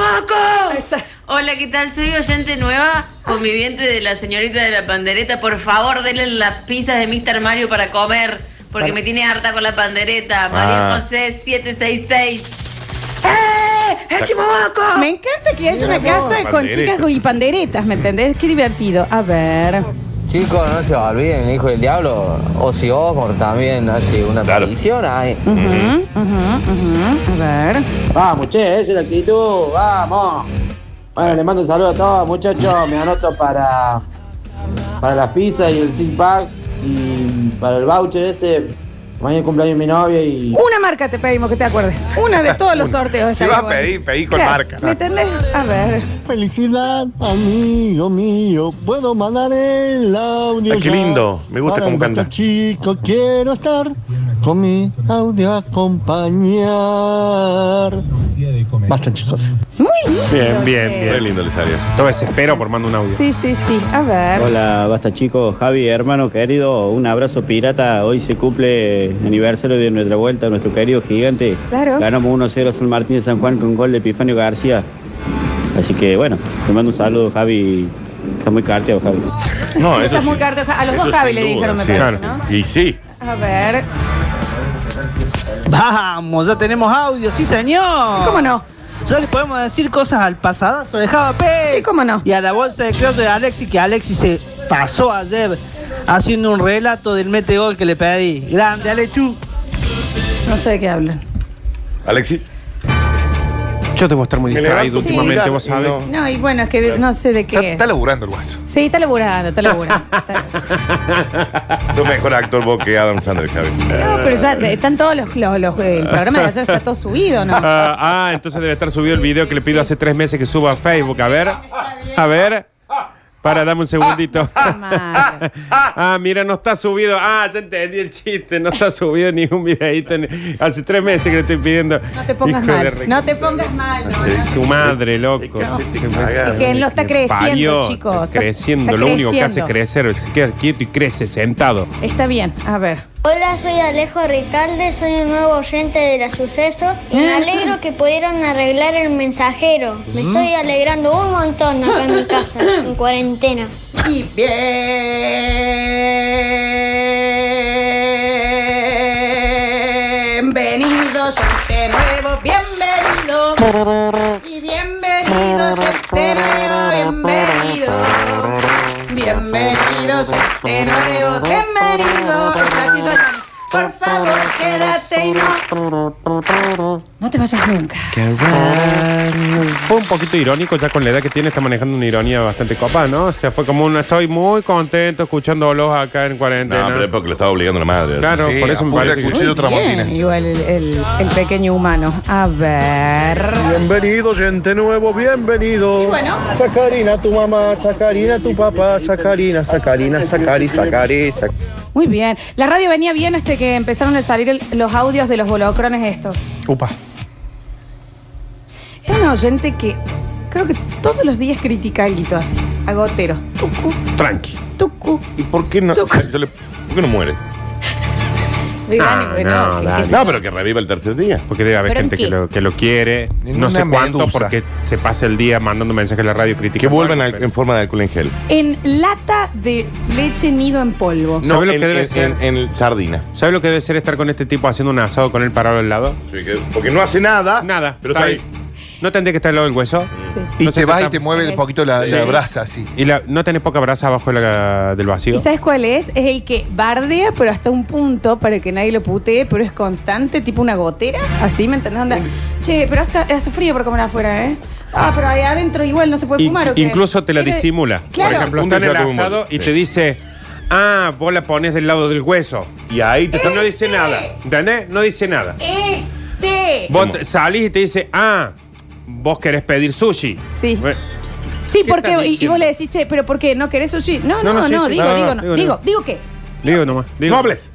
está.
moco! Hola, ¿qué tal? Soy oyente nueva, conviviente de la señorita de la pandereta. Por favor, denle las pizzas de Mr. Mario para comer, porque me tiene harta con la pandereta. María José 766. ¡Eh! ¡Echemos moco!
Me encanta que haya una casa con chicas y panderetas, ¿me entendés? Qué divertido. A ver.
Chicos, no se olviden, el hijo del diablo. Ozzy Osbourne también hace una
Claro.
aparición ahí.
Ujú, ujú, ujú. A ver.
Vamos, che, esa es la actitud. Vamos. Bueno, les mando un saludo a todos, muchachos. Me anoto para, para las pizzas y el six pack y para el voucher ese. Mañana es cumpleaños de mi novia y
Una marca te pedimos que te acuerdes. Una de todos los sorteos. de
Si vas a
Saigon.
pedir, pedí con
Claro,
marca.
¿Me entendés? A ver.
Felicidad, amigo mío. Puedo mandar el audio.
Ay, qué
ya.
lindo. Me gusta
Para
cómo
el
canta.
voto Chico, quiero estar con mi audio a acompañar. Basta, chicos.
Muy lindo,
Bien, bien,
che.
bien.
Qué lindo le salió.
Todo desespero por mando un audio.
Sí, sí, sí. A ver.
Hola, basta chicos, Javi, hermano querido, un abrazo pirata. Hoy se cumple el aniversario de nuestra vuelta, nuestro querido gigante.
Claro.
Ganamos 1-0 a San Martín de San Juan con gol de Epifanio García. Así que bueno, te mando un saludo, Javi. Está muy carteado, Javi.
No,
Estás muy
caro.
caro. A los dos Javi le dijeron, me parece, ¿no?
Y sí.
A ver.
Vamos, ya tenemos audio, sí señor.
¿Cómo no?
Ya les podemos decir cosas al pasadazo de Javapé.
Sí, cómo no.
Y a la bolsa de creo de Alexis, que Alexis se pasó ayer haciendo un relato del mete gol que le pedí. Grande, Alechu.
No sé de qué hablan.
Alexis.
Yo debo estar muy
Me
distraído
levanto
Sí.
últimamente, vos
y
sabés.
no.
No, y bueno, es que no sé de
Está,
qué.
está laburando el guaso.
Sí, está laburando, está laburando. Está-
Sos mejor actor vos que Adam Sandler, Javi.
No, pero ya eh, están todos los, los, los- eh, El programa de ayer está todo subido, ¿no?
Ah, ah, entonces debe estar subido el video que le pido hace tres meses que suba a Facebook. A ver, a ver. Para, dame un segundito.
Ah, no seas malo.
Ah, mira, no está subido. Ah, ya entendí el chiste. No está subido ningún videíto. ni- Hace tres meses que le estoy pidiendo.
No te pongas
Hijo de
mal.
re-
No te pongas mal. no, no.
Su madre, loco.
Que él no está creciendo,
Parió,
chicos. Está-
creciendo,
está
lo único que hace es
creciendo.
crecer. Se queda quieto y crece, sentado.
Está bien, a ver.
Hola, soy Alejo Ricalde, soy el nuevo oyente de la suceso y me alegro que pudieron arreglar el mensajero. Me estoy alegrando un montón acá en mi casa, en cuarentena.
Y bienvenidos a este nuevo, bienvenido. Y bienvenidos a este nuevo, bienvenido. Bienvenidos a este nuevo, bienvenido. Aquí soy. Por favor, quédate y no. No te vayas nunca.
Fue un poquito irónico, ya con la edad que tiene, está manejando una ironía bastante copa, ¿no? O sea, fue como un estoy muy contento escuchándolos acá en
No,
cuarentena.
pero es porque lo estaba obligando la madre.
Claro,
Sí,
por eso me
apunta
parece
el
que-
cuchillo tramontina.
igual el, el- el pequeño humano. A ver.
Bienvenido, gente nuevo, bienvenido.
Y bueno.
Sacarina, tu mamá, Sacarina, tu papá, Sacarina, Sacarina, Sacari, Sacari,
Muy bien. La radio venía bien hasta que empezaron a salir el- los audios de los bolocrones estos.
Upa.
Era un oyente que creo que todos los días critica algo así. Agotero. Tucu,
Tranqui.
tucu.
¿Y por qué no?
Tú-
o sea, yo le- ¿Por qué no muere?
Vivani,
Ah,
bueno,
no,
que-
dale.
que-
No,
pero que reviva el tercer día.
Porque debe haber
¿Pero en
gente que
qué?
lo, que lo quiere,
Ninguna
no sé cuánto,
medusa.
porque se pasa el día mandando mensajes a la radio crítica.
Que vuelvan al- en forma de alcohol en gel.
En lata de leche nido en polvo.
No, ¿Sabes lo
en-
que debe
en-
ser?
En, en sardina.
¿Sabes lo que debe ser estar con este tipo haciendo un asado con él parado al lado?
porque no hace nada.
Nada.
Pero
está
está
ahí. ¿No tendría que estar al lado del hueso?
Sí.
Y
No se
te vas y
está-
te mueve un poquito la, la brasa así.
¿Y la- no tenés poca brasa abajo de la- del
¿Y
vacío?
sabes cuál es? Es el que bardea, pero hasta un punto para que nadie lo putee, pero es constante, tipo una gotera. Así, ¿me entendés? Onda, che, pero hasta hace frío por comer afuera, ¿eh? Ah, pero ahí adentro igual no se puede
In-
fumar, ¿o qué?
incluso te la
Quiere-
disimula.
Claro.
Por ejemplo,
Un
está en el
déjà vu,
asado
sí.
y te dice, ah, vos la pones del lado del hueso.
Y ahí te
Y no
Este.
dice nada. ¿Entendés? No dice nada.
¡Ese!
Vos te- salís y te dice, ah, vos querés pedir sushi.
Sí.
Bueno,
Sí,
¿Qué
porque
estás
y- y,
diciendo?
vos le decís, che, pero ¿por qué? ¿No querés sushi? No,
No,
no,
no,
no,
sí, sí.
digo,
No, no,
digo,
no,
no,
digo, no.
digo, digo qué.
Digo nomás. digo.
No hables.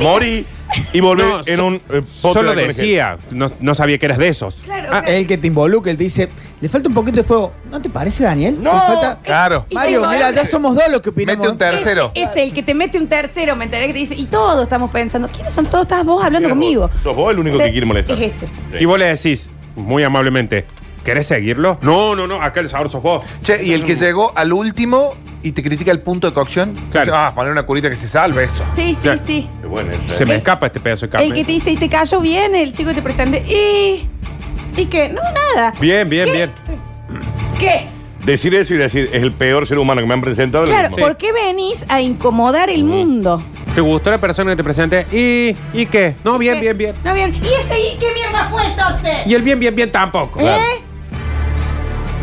Morí y volver
Eh, No,
en
so-
un. eh, pote de
Solo
alcohol en gel.
decía, no, no sabía que eras de esos.
Ah, el que te involucra, él te dice, le falta un poquito de fuego. ¿No te parece, Daniel?
No.
Le falta-
Claro.
Y
Mario,
te
mira, ya
involucra.
somos dos los que opinamos.
Mete un tercero.
Es el que te mete un tercero, me enteré que te dice, y todos estamos pensando, ¿quiénes son todos? Estás vos hablando
Mira,
conmigo.
vos- Sos vos el único que quiere molestar.
Es ese.
Sí.
Y vos le decís, muy amablemente, ¿querés seguirlo? No, no, no, acá el sabor sos vos. Mm.
Che, y el que llegó al último y te critica el punto de cocción.
Claro.
Ah, poner una curita que se salve eso.
Sí, sí,
Claro.
sí.
Qué bueno ese.
Se me
El-
escapa este pedazo de carne.
El que te dice, y te cayó bien, el chico que te presente, y. ¿Y qué? No, nada.
Bien, bien, bien.
¿Qué?
Decir eso y decir, es el peor ser humano que me han presentado. lo
Claro,
mismo.
¿por qué venís a incomodar el mundo?
¿Te gustó la persona que te presenté? ¿Y, ¿y qué? No, bien,
¿Qué?
bien, bien.
No, bien. ¿Y ese y qué mierda fue entonces?
Y el bien, bien, bien tampoco.
¿Eh?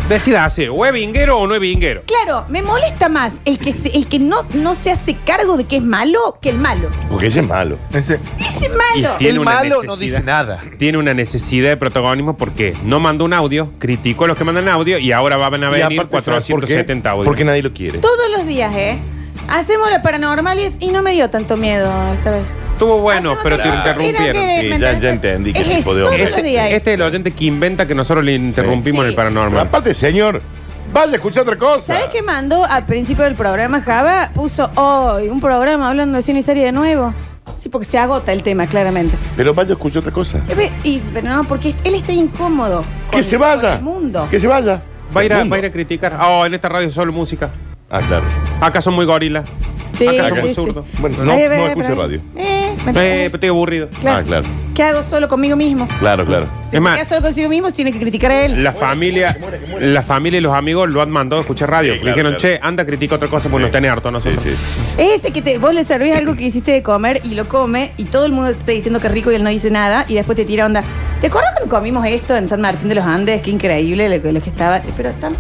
Decida así, o es vinguero o no es vinguero.
Claro, me molesta más el que, se- el que no, no se hace cargo de que es malo que el malo.
Porque ese es malo.
Ese-
Ese malo.
Tiene
el
una
malo no
necesidad.
dice nada.
Tiene una necesidad de protagonismo porque no mandó un audio, criticó a los que mandan audio y ahora van a
Y
venir
aparte, ¿sabes por qué?
470 audios.
Porque nadie lo quiere.
Todos los días, ¿eh? Hacemos los paranormales y no me dio tanto miedo esta vez.
Estuvo bueno,
Hacemos
pero te
otra cosa.
interrumpieron.
Era que-
Sí,
¿me
ya-
entendés?
ya entendí qué
Es
tipo de
esto,
hombre.
todos los
Ese-
días.
este es el oyente que inventa que nosotros le interrumpimos
Sí.
en el
Pero
paranormal.
aparte, señor, vaya a escuchar otra cosa.
¿Sabes qué mandó al principio del programa Java? Puso hoy un programa hablando de cine y serie de nuevo. Sí, porque se agota el tema, claramente.
Pero vaya a escuchar otra cosa.
Eh, ve- y- pero no, porque él está incómodo.
Que
con-
se
con
vaya.
el mundo.
Que se vaya.
Va a, ir a,
Mundo.
va a ir a criticar. Ah, en esta radio solo música.
Ah, claro.
Acá son muy gorilas.
Ah,
Sí,
Acá
sí,
somos
sí.
zurdos.
Bueno, no,
Ay, ve,
no
ve,
escucha
pero-
radio.
Eh, ¿me
Eh,
entendés?
pero estoy aburrido.
Claro.
Ah, claro.
¿Qué hago solo conmigo mismo?
Claro, claro.
Si
Es
se
más-
queda solo consigo mismo, tiene que criticar a él.
La familia, la familia y los amigos lo han mandado a escuchar radio.
Sí,
Le
claro,
dijeron,
claro.
che, anda, critica otra cosa porque nos tenés harto a
Sí,
nosotros.
sí.
Ese que te, vos le servís algo que hiciste de comer y lo come y todo el mundo te está diciendo que es rico y él no dice nada y después te tira onda. ¿Te acuerdas cuando comimos esto en San Martín de los Andes? Qué increíble lo, que- lo que estaba. Pero tam-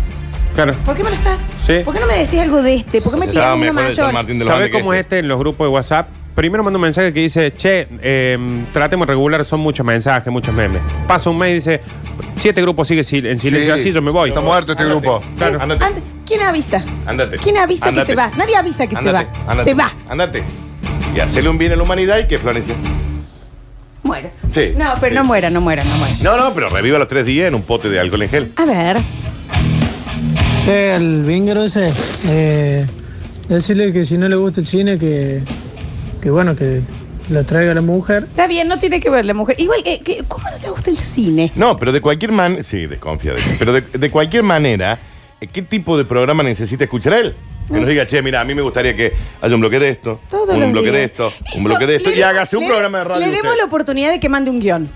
Claro.
¿por qué me lo estás?
Sí.
¿Por qué no me decís algo de este? ¿Por qué me
Estaba
tirás uno
mejor el San
mayor?
Martín Ah, de los
¿Sabes
Andes que
cómo es
este.
este en los grupos de WhatsApp? Primero manda un mensaje que dice, che, eh, tratemos de regular, son muchos mensajes, muchos memes. Pasa un mes y dice, siete grupos sigue sil- en silencio,
Sí.
así yo me voy.
Está muerto este grupo.
Claro.
Ándate.
Ande- ¿Quién avisa?
Ándate.
¿Quién avisa
Ándate.
que se va? Nadie avisa que se
Ándate,
va.
ándate,
Se va.
Ándate. Y hacerle un bien a la humanidad y que Florencia.
Muere.
Sí.
No, pero no
Sí.
muera, no muera, no muera.
No, no, pero reviva los tres días en un pote de alcohol en gel.
A ver.
Che, el vingro ese, eh, decirle que si no le gusta el cine, que, que bueno, que lo traiga la mujer.
Está bien, no tiene que ver la mujer. Igual, eh, que- ¿cómo no te gusta el cine?
No, pero de cualquier manera. Sí, desconfía de Pero de, de cualquier manera, eh, ¿qué tipo de programa necesita escuchar él? Que nos diga, che, mira, a mí me gustaría que haya un bloque de esto,
Todos
un
los
bloque
días.
de esto, un
Eso,
bloque de esto,
le
y
demos-
hágase un
le-
programa de radio.
Le demos
usted.
la oportunidad de que mande un guión.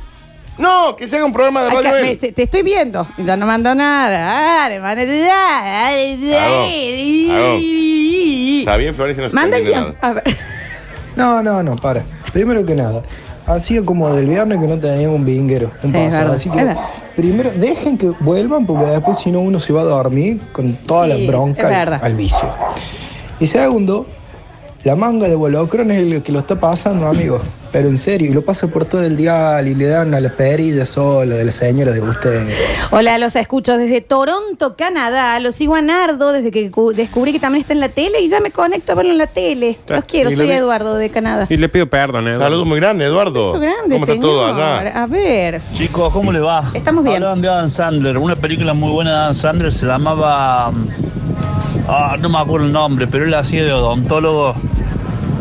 No, que se haga un programa de radio.
Acá,
él.
me- se- te estoy viendo. Ya no mando nada. Dale, manda- dale, dale,
Hago,
dale.
Está bien, Florencia, no se
Manda el
entiende
guión.
nada.
A ver.
No, no, no, para. Primero que nada, ha sido como del viernes que no teníamos un vinguero, un
Sí, es
pasado.
verdad,
Así
es
que
verdad.
primero dejen que vuelvan porque después si no uno se va a dormir con toda
Sí,
la bronca
es
al-
verdad.
al vicio. Y segundo, la manga de Bolocron es el que lo está pasando, amigo. Pero en serio, y lo pasa por todo el dial y le dan a la perilla sola de la señora de ustedes.
Hola, los escucho desde Toronto, Canadá. Los sigo a Nardo desde que cu- descubrí que también está en la tele y ya me conecto a verlo en la tele.
Está,
Los quiero,
y lo
soy
vi-
Eduardo de Canadá.
Y le pido perdón, eh.
Saludos muy grande, Eduardo.
Eso grande,
¿Cómo está
señor.
todo allá?
A ver.
Chicos, ¿cómo les va?
Estamos bien.
Hablaban de Adam Sandler, una película muy buena de Adam Sandler, se llamaba... mm, Ah, no me acuerdo el nombre, pero él hacía de odontólogo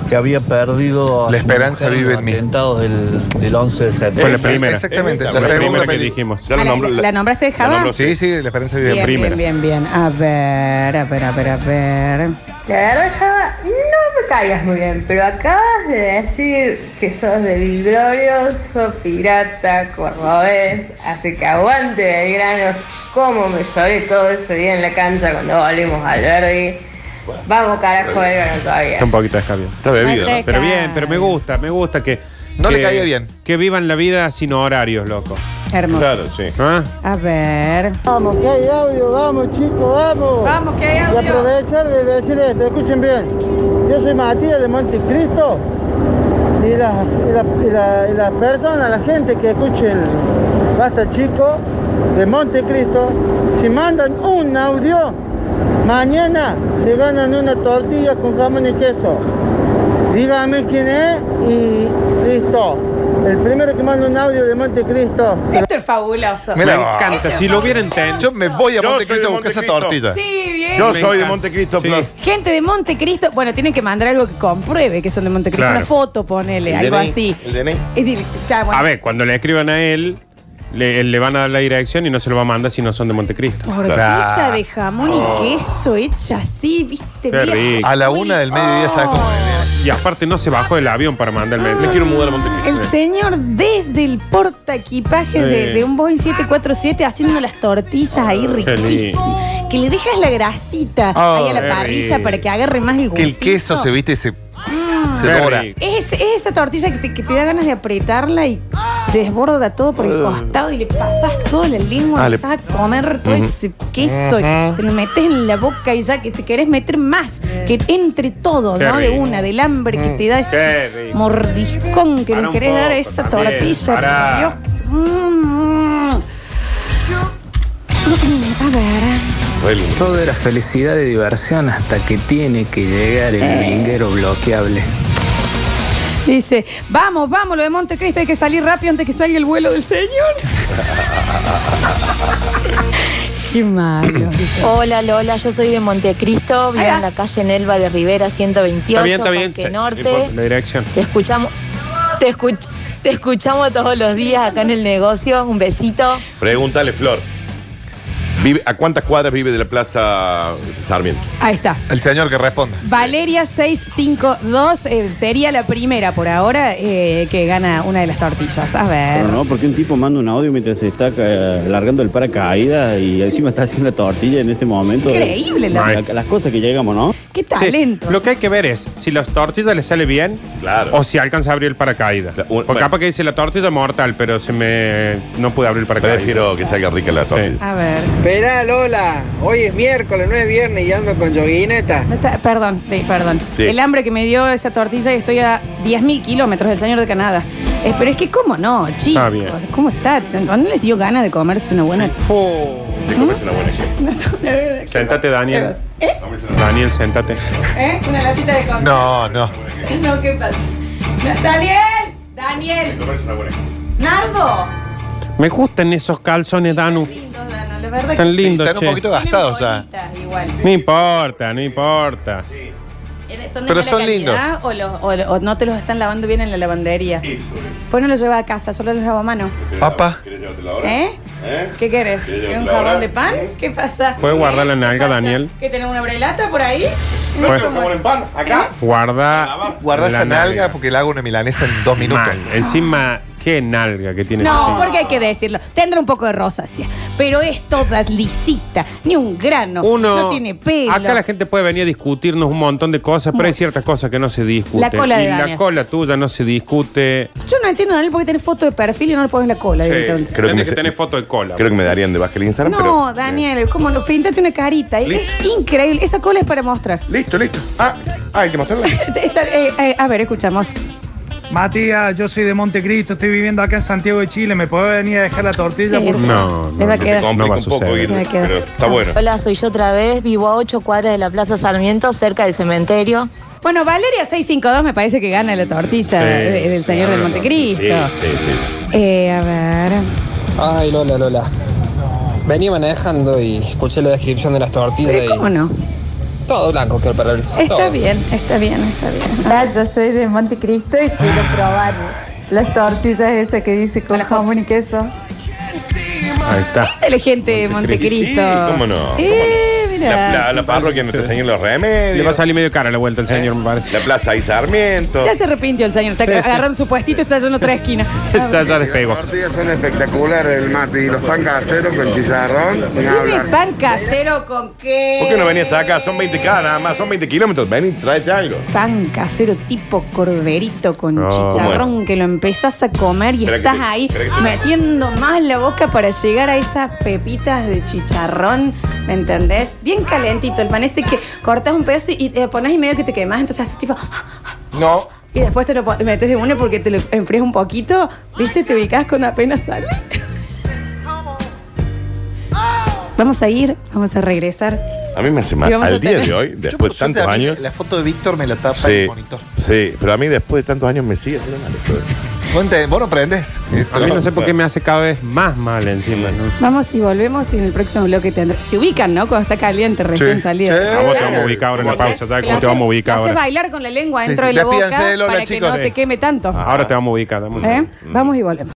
que había perdido a
La
su
esperanza
mujer
vive
los
en mí.
atentados del, del 11 de septiembre.
Fue la primera. Exactamente, la segunda
que
peli.
dijimos.
Ah, ¿La, la nombraste Java?
Sí, sí, la esperanza vive
Bien,
en
bien, bien, bien. A ver, a ver, a ver, a ver.
La verdad, Java, no me caías muy bien, pero acabas de decir que sos del glorioso pirata cordobés, así que aguante Belgrano, cómo me lloré todo ese día en la cancha cuando volvimos al Verdi. Vamos carajo Belgrano todavía.
Está un poquito escabio. Está
bebido, ¿no?
Pero bien, pero me gusta, me gusta que.
No
que-
le caía bien.
Que vivan la vida sin horarios, loco.
Hermoso.
Claro, sí. ¿Ah?
A ver.
Vamos, que hay audio, vamos chicos, vamos.
Vamos, que hay audio.
Y aprovechar de decir esto, escuchen bien. Yo soy Matías de Montecristo y las y la, y la- y las personas, la gente que escuche el Basta Chico de Montecristo, si mandan un audio, mañana se ganan una tortilla con jamón y queso. Dígame quién es y listo. El primero que manda un audio de Montecristo.
Esto es fabuloso.
Mira,
Me encanta, si lo hubiera entendido.
Yo me voy a
Yo soy
Montecristo
de
a buscar esa
Montecristo.
tortita.
Sí, bien.
Yo
Me
soy de
encanta.
Montecristo, Flor.
Gente de Montecristo, bueno, tienen que mandar algo que compruebe que son de Montecristo.
Claro.
Una foto, ponele, algo así.
El DNI.
Y dile, o sea, bueno,
A ver, cuando le escriban a él, le, le van a dar la dirección y no se lo va a mandar si no son de Montecristo.
Tortilla de jamón
Oh.
y queso hecha así, viste,
Qué rico.
A la una del mediodía, ¿sabes cómo
Y aparte no se bajó del avión para mandar el mensaje. Me quiero mudar a Montecristo.
El señor desde el porta equipaje de,
eh. Sí.
de un Boeing 747 haciendo las tortillas ahí
Qué lindo. Ah,
riquísimas. Que le dejas la grasita
Oh,
ahí a la
qué
parrilla
rico.
para que agarre más el
Que
gustito.
el queso se viste y se,
Mm.
se dora.
Es, es esa tortilla que te, que te da ganas de apretarla y desborda todo por el
Uh.
costado y le pasas toda la lengua,
Ah, le-
empezás a comer todo
Ujú.
ese queso, y
Ujú.
te lo metes en la boca y ya que te querés meter más, que entre todo,
Qué
¿no? De
rico.
una, del hambre que
Mm.
te da
Qué
ese
rico.
mordiscón que
Para
le
un
querés dar a
poco
esa
también,
tortilla,
pará.
Dios. Mm, mm. A ver.
Todo era felicidad y diversión hasta que tiene que llegar el vinguero bloqueable.
Dice, vamos, vamos, lo de Montecristo, hay que salir rápido antes que salga el vuelo del señor. Qué malo.
Hola Lola, yo soy de Montecristo, vivo en la calle Nelva de Rivera 128,
Está bien, está bien.
Parque
Sí, no
Norte.
importa, la dirección.
Te escuchamos, te, escuch- te escuchamos todos los días acá en el negocio. Un besito.
Pregúntale, Flor. Vive- ¿A cuántas cuadras vive de la plaza Sarmiento?
Ahí está.
El señor que responda.
Valeria 652 eh, sería la primera por ahora eh, que gana una de las tortillas. A ver.
Pero no, porque un tipo manda un audio mientras se está eh, largando el paracaídas y encima está haciendo la tortilla en ese momento.
Increíble, loco.
La- Las cosas que llegamos, ¿no?
Qué
Sí, Lo que hay que ver es si las tortitas le sale bien o si alcanza a abrir el paracaídas. Porque capaz que dice la tortita mortal, pero se me no pude abrir el paracaídas.
Prefiero que salga rica la tortilla.
A ver.
Esperá, Lola, hoy es miércoles, no es viernes y ando con yoguineta.
No está- perdón, sí, perdón.
Sí.
El hambre que me dio esa tortilla y estoy a 10.000 kilómetros del señor de Canadá. Eh, pero es que, ¿cómo no, chicos?
bien.
¿Cómo está? ¿No les dio ganas de comerse una buena?
Te comes una buena idea.
Sentate, Daniel. Daniel, sentate.
¿Eh? Una latita de coca.
No, no.
No, ¿qué pasa? Daniel, Daniel, Nardo.
Me gustan esos calzones, Danu.
No, la verdad
Tan
que sí.
lindos,
están un
che.
poquito gastados ya.
Bolitas, Igual.
No importa, no importa.
¿Son de
Pero
mala
son
calidad O, los- o lo- o no te los están lavando bien en la lavandería. Pues no los llevas a casa, solo los lavo a mano.
Papá.
¿Eh? ¿Qué quieres? ¿Un
la hora?
jabón de pan? ¿Qué pasa?
¿Puedes guardar la nalga, Daniel?
¿Que tenemos una brelata por ahí? Pues ¿Eh?
No, Bueno. pero
como
en pan, acá.
Guarda.
Guarda esa nalga
porque le hago una milanesa en dos minutos. Encima, qué nalga que tiene.
No,
esa tía.
porque hay que decirlo. Tendrá un poco de rosácea, pero es toda lisita, ni un grano,
Uno,
no tiene pelo.
Acá la gente puede venir a discutirnos un montón de cosas, pero hay ciertas cosas que no se discuten.
La cola de
y la
Daniel.
cola tuya no se discute.
Yo no entiendo, Daniel, por qué tenés foto de perfil y no le pones la cola. directamente.
creo que,
me se-
tenés foto de cola.
Creo que me darían de baja el Instagram, Ah, pero.
No, Daniel, ¿cómo no? Píntate una carita. Es increíble. Esa cola es para mostrar.
Listo, listo. Ah, hay que mostrarla.
Esta- eh, eh, a ver, escuchamos.
Matías, yo soy de Montecristo, estoy viviendo acá en Santiago de Chile, ¿me podés venir a dejar la tortilla,
Sí,
por
sí.
favor?
No,
Les va a
se te
quedar.
complica
No va a
un poco
suceder.
ir,
Se va a quedar.
pero está bueno.
Hola, soy yo otra vez, vivo a 8 cuadras de la Plaza Sarmiento, cerca del cementerio.
Bueno, Valeria 652 me parece que gana la tortilla de- de- del señor del Montecristo.
Sí, sí, sí.
Eh, a ver.
Ay, Lola, Lola. Venía manejando y escuché la descripción de las tortillas.
Pero, Eh, ¿Cómo no?
y
todo blanco quiero parabrisas.
Está
todo.
bien, está bien, está bien.
Ah, yo soy de Montecristo y quiero probar las tortillas esas que dice con jamón y queso.
Ahí está.
Inteligente Montecristo.
Sí, cómo no, cómo no.
Eh, mira.
La, la, la parroquia nos enseña los remedios.
Le va a salir medio cara la vuelta al señor, me parece.
La plaza y Sarmiento.
Ya se arrepintió el señor. Está
Sí, sí.
agarrando su puestito y está yendo a otra esquina.
Ya, ya despegó.
Los días son espectaculares, el mate y los pan caseros con chicharrón. ni
Tiene
hablar.
pan casero con qué.
¿Por qué no venía hasta
Eh.
acá? Son 20 k nada más, son 20 kilómetros. Ven y tráete algo.
Pan casero tipo corderito con
No,
chicharrón que lo empezás a comer y
Oh, Espera que
estás
te-
ahí
espera que te-
metiendo más la boca para llegar a esas pepitas de chicharrón, ¿me entendés? Bien calentito, el pan ese que cortas un pedazo y te pones y medio que te quemas, entonces haces tipo...
No.
Y después te lo po- metes de uno porque te lo enfrías un poquito, ¿viste? Te ubicás cuando apenas sale. Vamos a ir, vamos a regresar.
A mí me hace mal.
Y vamos a
Al día
tener-
de hoy,
Yo,
después de tantos años.
La foto de Víctor me la tapa
Sí,
el monitor.
sí, pero a mí después de tantos años me sigue haciendo mal. esto.
Vos ente- vos no aprendes.
A mí no sé por qué me hace cada vez más mal encima, ¿no?
Vamos y volvemos y en el próximo bloque tendrá. Se ubican, ¿no? Cuando está caliente, recién salido.
A vos te vamos a ubicar ahora en la pausa, ¿sabes cómo te vamos a ubicar
Hace
ahora?
bailar con la lengua
Sí,
dentro
sí.
de la boca
Despídanse del hola,
para que
chicos.
no
Sí.
te queme tanto.
Ahora te vamos a ubicar, dame un
¿Eh? Vamos y volvemos.